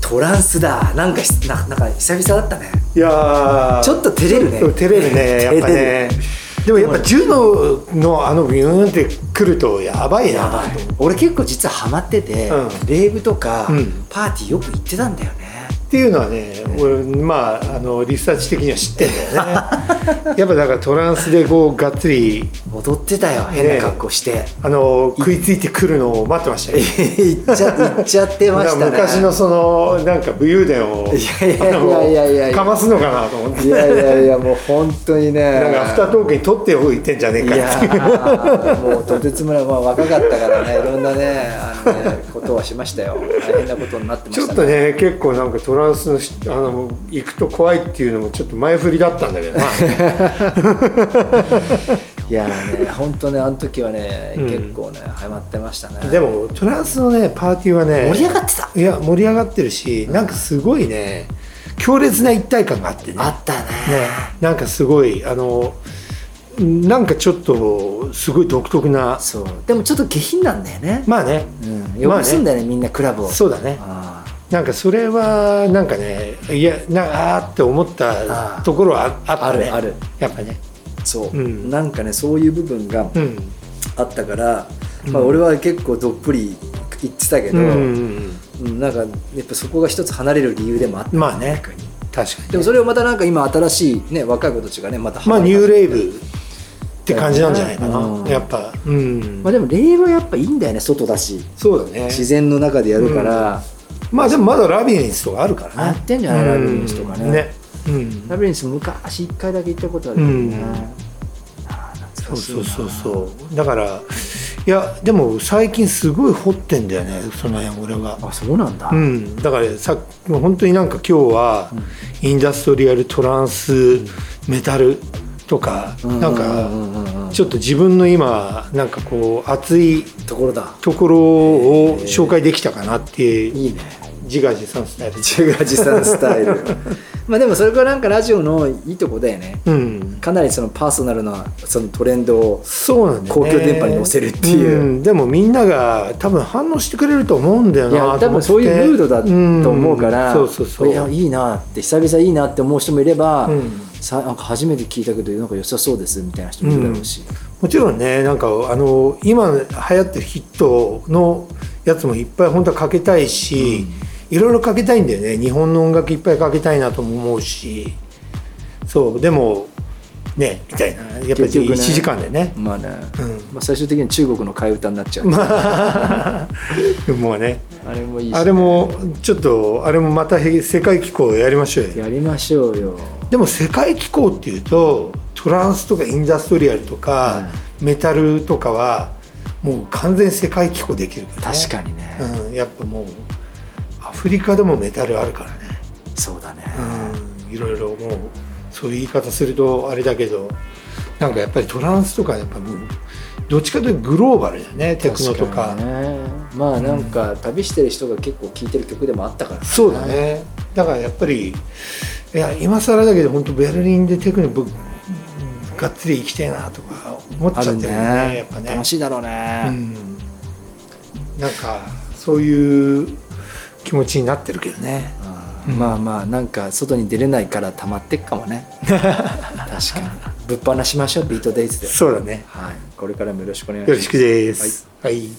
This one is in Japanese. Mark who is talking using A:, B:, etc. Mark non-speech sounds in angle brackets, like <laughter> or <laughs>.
A: トランスだなんかしななんか久々だったね
B: いやー
A: ちょっと照れるね
B: ちょっと照れ
A: <laughs>
B: るねやっぱ
A: 照れ
B: ねでもやっぱ柔道のあのビューンってくるとやばいな
A: やばい俺結構実はハマってて、
B: うん
A: レイブとか、
B: うん
A: パーティーよく行ってたんだよね
B: っていうのはね俺まああのリサーチ的には知ってんだよね
A: <laughs>
B: やっぱだからトランスでこうがっつり
A: 踊ってたよ変な格好して、
B: あの食いついてくるのを待ってましたよ
A: 行っちゃ行っちゃってましたね
B: なんか昔のそのなんか武勇伝を
A: いやいやいやいやいや
B: あのかますのかなと思って
A: いやいやいやもう本当にね
B: なんかアフタートークに取っておいてんじゃねえ
A: い
B: か
A: や
B: っていう
A: ーもうとてつもない、まあ、若かったからねいろんなねあのねことはしましたよ大変なことになってま
B: ちょ
A: し
B: ったとね結構なんかトランスのしあの行くと怖いっていうのもちょっと前振りだったんだけどな
A: いやーね本当ねあの時はね、
B: うん
A: 結構ねハマってましたね
B: <laughs> でもトランスのねパーティーはね
A: 盛り上がってた
B: いや盛り上がってるしなんかすごいね強烈な一体感があってね
A: あったね
B: ねなんかすごいあのなんかちょっとすごい独特な
A: そうでもちょっと下品なんだよね、
B: まあね
A: うん、よくすんだよね,、みんなクラブを
B: そうだね
A: あ
B: なんかそれはなんかねいやなあーって思ったところはああったね
A: あるある
B: やっぱね
A: ーそう、
B: うん
A: なんかねそういう部分が
B: うん
A: あったから、
B: うん
A: まあ、俺は結構どっぷり言ってたけ
B: う
A: ど、
B: んうんうん
A: うんなんかやっぱそこが一つ離れる理由でもあった、
B: まあね
A: 逆に
B: 確かに
A: でもそれをまたなんか今新しいね若い子たちがねまた
B: まあニュー
A: イ
B: レイブって感じなんじゃないかな、
A: うん
B: やっぱうん、
A: まあでもレイブはやっぱいいんだよね外だし
B: そうだね
A: 自然の中でやるから、
B: まあでもまだラビリンスとかあるからね
A: やってんじゃないラビリンスとかね
B: うんね、うん
A: ラビリンス昔一回だけ行ったことあるけどね、
B: うん
A: ああ懐
B: そ
A: か
B: う
A: しい
B: そ
A: な
B: うそうそうだからいやでも最近すごい掘ってんだよねその辺俺は
A: あそうなんだ、
B: うんだからさもう本当になんか今日はインダストリアルトランスメタルとか、
A: う
B: なん
A: う
B: か
A: んうんうん
B: ちょっと自分の今なんかこう熱い
A: ところだ
B: ところを紹介できたかなって
A: いいね
B: 自画自賛スタイル
A: 中華自産スタイ
B: <laughs>
A: ルまあでもそれがなんかラジオのいいとこだよね
B: うん
A: かなりそのパーソナルなそのトレンドを
B: そうなんだよね
A: 公共電波に乗せるっていう
B: うんでもみんなが多分反応してくれると思うんだよ
A: いや
B: なと思って
A: 多分そういうムードだと思うから、
B: んそうそうそう
A: いやいいなって久々いいなって思う人もいれば、
B: うん
A: さなんか初めて聞いたけどなんか良さそうですみたいな人もいるだろうし、
B: もちろんねなんかあの今流行ってるヒットのやつもいっぱい本当はかけたいし、いろいろかけたいんだよね日本の音楽いっぱいかけたいなとも思うしそうでもねみたいなやっぱり
A: 結局ね
B: 1時間でね
A: まあね、
B: うん
A: まあ、最終的に中国の替え歌になっちゃう、
B: まあ <laughs> もうね
A: あれもいいし
B: あれもちょっとあれもまたへ世界機構やりましょうよ
A: やりましょうよ
B: でも世界機構っていうとトランスとかインダストリアルとか、メタルとかはもう完全世界機構できるから、ね、
A: 確かにね、
B: うん、やっぱもうアフリカでもメタルあるからね、
A: そうだね、
B: うん、いろいろもうそういう言い方するとあれだけどなんかやっぱりトランスとかやっぱもうどっちかというとグローバルだよねテクノとか
A: 確かにねまあなんか旅してる人が結構聴いてる曲でもあったから、
B: そうだねだからやっぱりいや今更だけど本当ベルリンでテクノ僕がっつり行きたいなとか思っちゃ
A: あ
B: って
A: る
B: るよ
A: ね
B: ねやっぱね
A: 楽しいだろうね、
B: うん、なんかそういう気持ちになってるけどね
A: あーまあまあなんか外に出れないから溜まってっかも
B: <laughs>
A: ね確かにぶっ放しましょうビートデイズで、
B: そうだね
A: はい、これからもよろしくお願いし
B: よ
A: ま
B: ろ
A: す
B: しくですはい